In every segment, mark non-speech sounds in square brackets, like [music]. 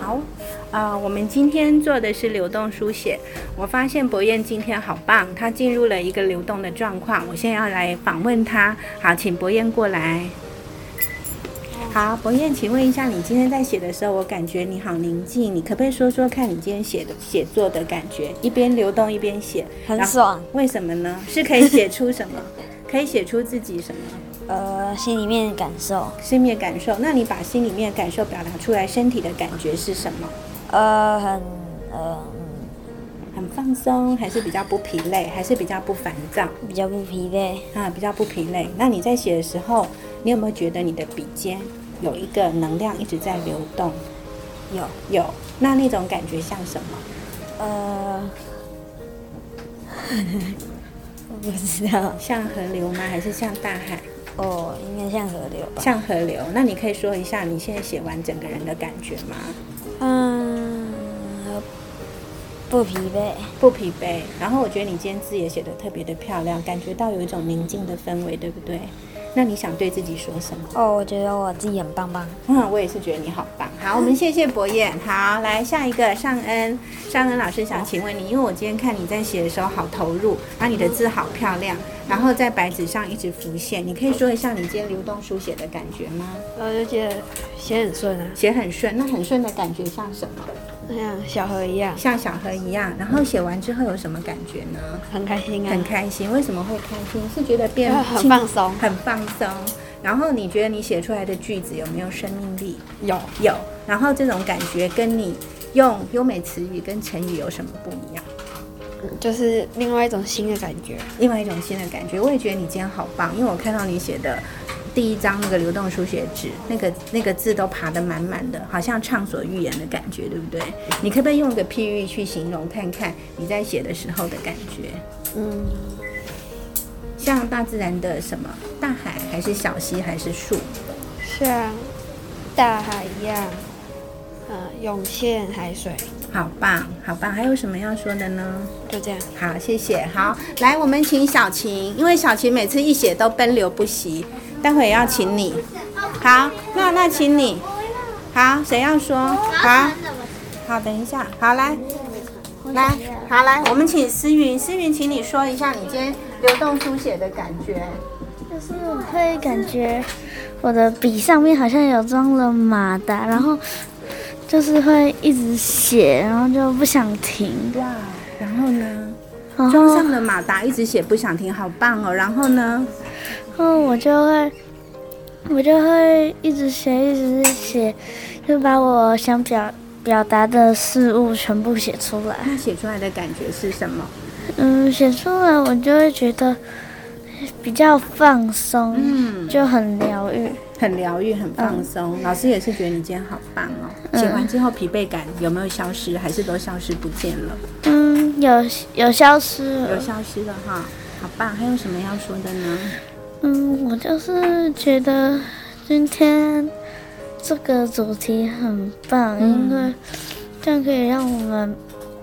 好，呃，我们今天做的是流动书写。我发现博彦今天好棒，他进入了一个流动的状况。我现在要来访问他。好，请博彦过来。好，博彦，请问一下，你今天在写的时候，我感觉你好宁静，你可不可以说说看你今天写的写作的感觉？一边流动一边写，很然后爽。为什么呢？是可以写出什 [laughs] 么？可以写出自己什么？呃，心里面的感受，心里面感受，那你把心里面的感受表达出来，身体的感觉是什么？呃，很呃很放松，还是比较不疲累，还是比较不烦躁嗯比较不疲惫，啊，比较不疲累。那你在写的时候，你有没有觉得你的笔尖有一个能量一直在流动？有有，那那种感觉像什么？呃， [laughs] 我不知道像河流吗？还是像大海？哦，应该像河流吧？像河流。那你可以说一下你现在写完整个人的感觉吗？嗯，不疲惫，不疲惫。然后我觉得你今天字也写得特别的漂亮，感觉到有一种宁静的氛围，对不对？那你想对自己说什么？哦，我觉得我自己很棒棒。嗯，我也是觉得你好棒。好，我们谢谢博彦。好，来下一个尚恩，尚恩老师想请问你，因为我今天看你在写的时候好投入，然后你的字好漂亮，然后在白纸上一直浮现，你可以说一下你今天流动书写的感觉吗？然后就觉得写很顺啊，写很顺，那很顺的感觉像什么？那像小河一样，像小河一样。然后写完之后有什么感觉呢？很开心很啊，开心，为什么会开心？是觉得变因为很放松嗯很放松。然后你觉得你写出来的句子有没有生命力？有有，然后这种感觉跟你用优美词语跟成语有什么不一样？就是另外一种新的感觉。另外一种新的感觉，我也觉得你今天好棒，因为我看到你写的第一张那个流动书写纸，那个那个字都爬得满满的，好像畅所欲言的感觉，对不对？你可不可以用一个譬喻去形容看看你在写的时候的感觉？嗯，像大自然的什么大海，还是小溪，还是树？像大海一样，嗯、涌现海水，好棒，好棒！还有什么要说的呢？就这样。好，谢谢。好，来，我们请小琴，因为小琴每次一写都奔流不息，待会也要请你。好，那那请你。好，谁要说？好，好，等一下，好来，来，好来，我们请思云，思云，请你说一下你今天流动书写的感觉。就是我会感觉我的笔上面好像有装了马达，然后就是会一直写，然后就不想停。哇，然后呢？然后，哦装然上了马达，一直写不想停，好棒哦。然后呢？后我就会，我就会一直写，一直写，就把我想表表达的事物全部写出来。那写出来的感觉是什么？嗯，写出来我就会觉得比较放松，嗯就很疗愈。很疗愈，很放松。老师也是觉得你今天好棒哦。嗯写完之后疲惫感有没有消失？还是都消失不见了？嗯，有有消失了有消失了哈，好棒！还有什么要说的呢？嗯，我就是觉得今天这个主题很棒，嗯因为这样可以让我们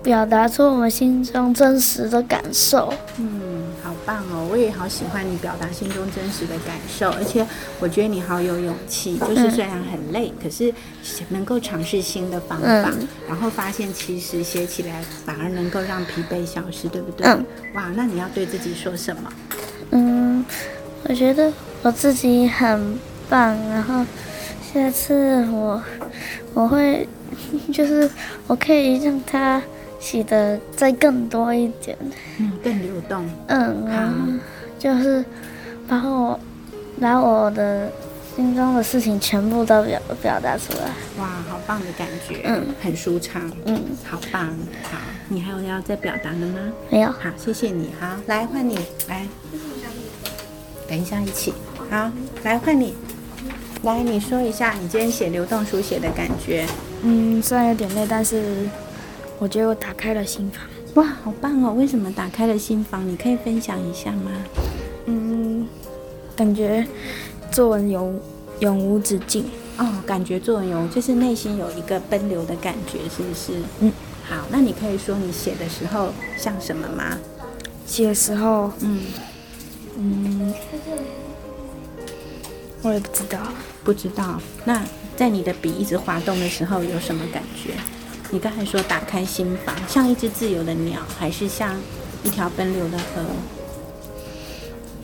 表达出我们心中真实的感受。嗯，好棒哦！我也好喜欢你表达心中真实的感受，而且我觉得你好有勇气，嗯就是虽然很累，可是能够尝试新的方法，嗯然后发现其实写起来反而能够让疲惫消失，对不对？嗯哇，那你要对自己说什么？嗯，我觉得我自己很棒，然后下次我我会就是我可以让它写的再更多一点。嗯，更流动。嗯，然后就是把我把我的心中的事情全部都表表达出来。哇，好棒的感觉，嗯，很舒畅，嗯，好棒，好，你还有要再表达的吗？没有，好，谢谢你，好，来换你，来，等一下一起，好，来换你，来你说一下你今天写流动书写的感觉，嗯，虽然有点累，但是我觉得我打开了心房。哇，好棒哦！为什么打开了心房？你可以分享一下吗？嗯，感觉作文永永无止境。哦，感觉作用就是内心有一个奔流的感觉，是不是？嗯，好，那你可以说你写的时候像什么吗？嗯写的时候，嗯，嗯，我也不知道，不知道。那在你的笔一直滑动的时候，有什么感觉？你刚才说打开心房，像一只自由的鸟，还是像一条奔流的河？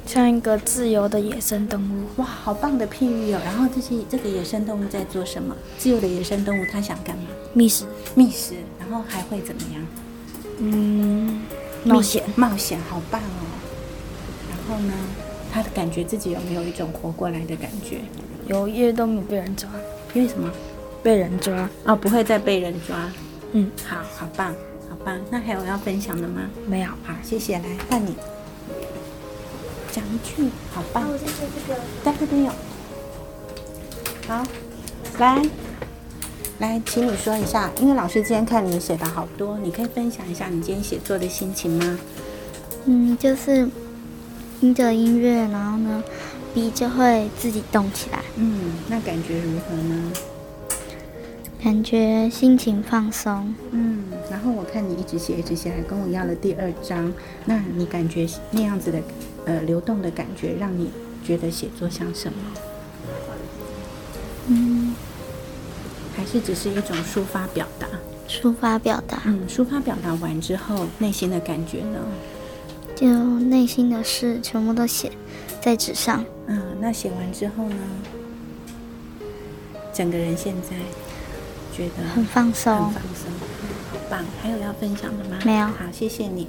像一个自由的野生动物，哇，好棒的譬喻哦！然后这些这个野生动物在做什么？自由的野生动物它想干嘛？觅食、觅食，然后还会怎么样？冒险。，冒险，好棒哦！然后呢，他感觉自己有没有一种活过来的感觉？有夜都没被人抓，因为什么？被人抓哦，不会再被人抓。嗯，好，好棒，好棒。那还有要分享的吗？没有？好，谢谢。来，换你讲一句，好棒。哦我在做这个。在这边有。好，来，来，请你说一下，因为老师今天看你写的好多，你可以分享一下你今天写作的心情吗？嗯，就是听着音乐，然后呢，笔就会自己动起来，嗯，那感觉如何呢？感觉心情放松。嗯，然后我看你一直写，一直写，还跟我要了第二章。那你感觉那样子的，呃，流动的感觉，让你觉得写作像什么？嗯，还是只是一种抒发表达？抒发表达，嗯，抒发表达完之后，内心的感觉呢？就内心的事全部都写在纸上，嗯，那写完之后呢？整个人现在觉得很放很松哦放。松，好棒。还有要分享的吗？没有好，谢谢你。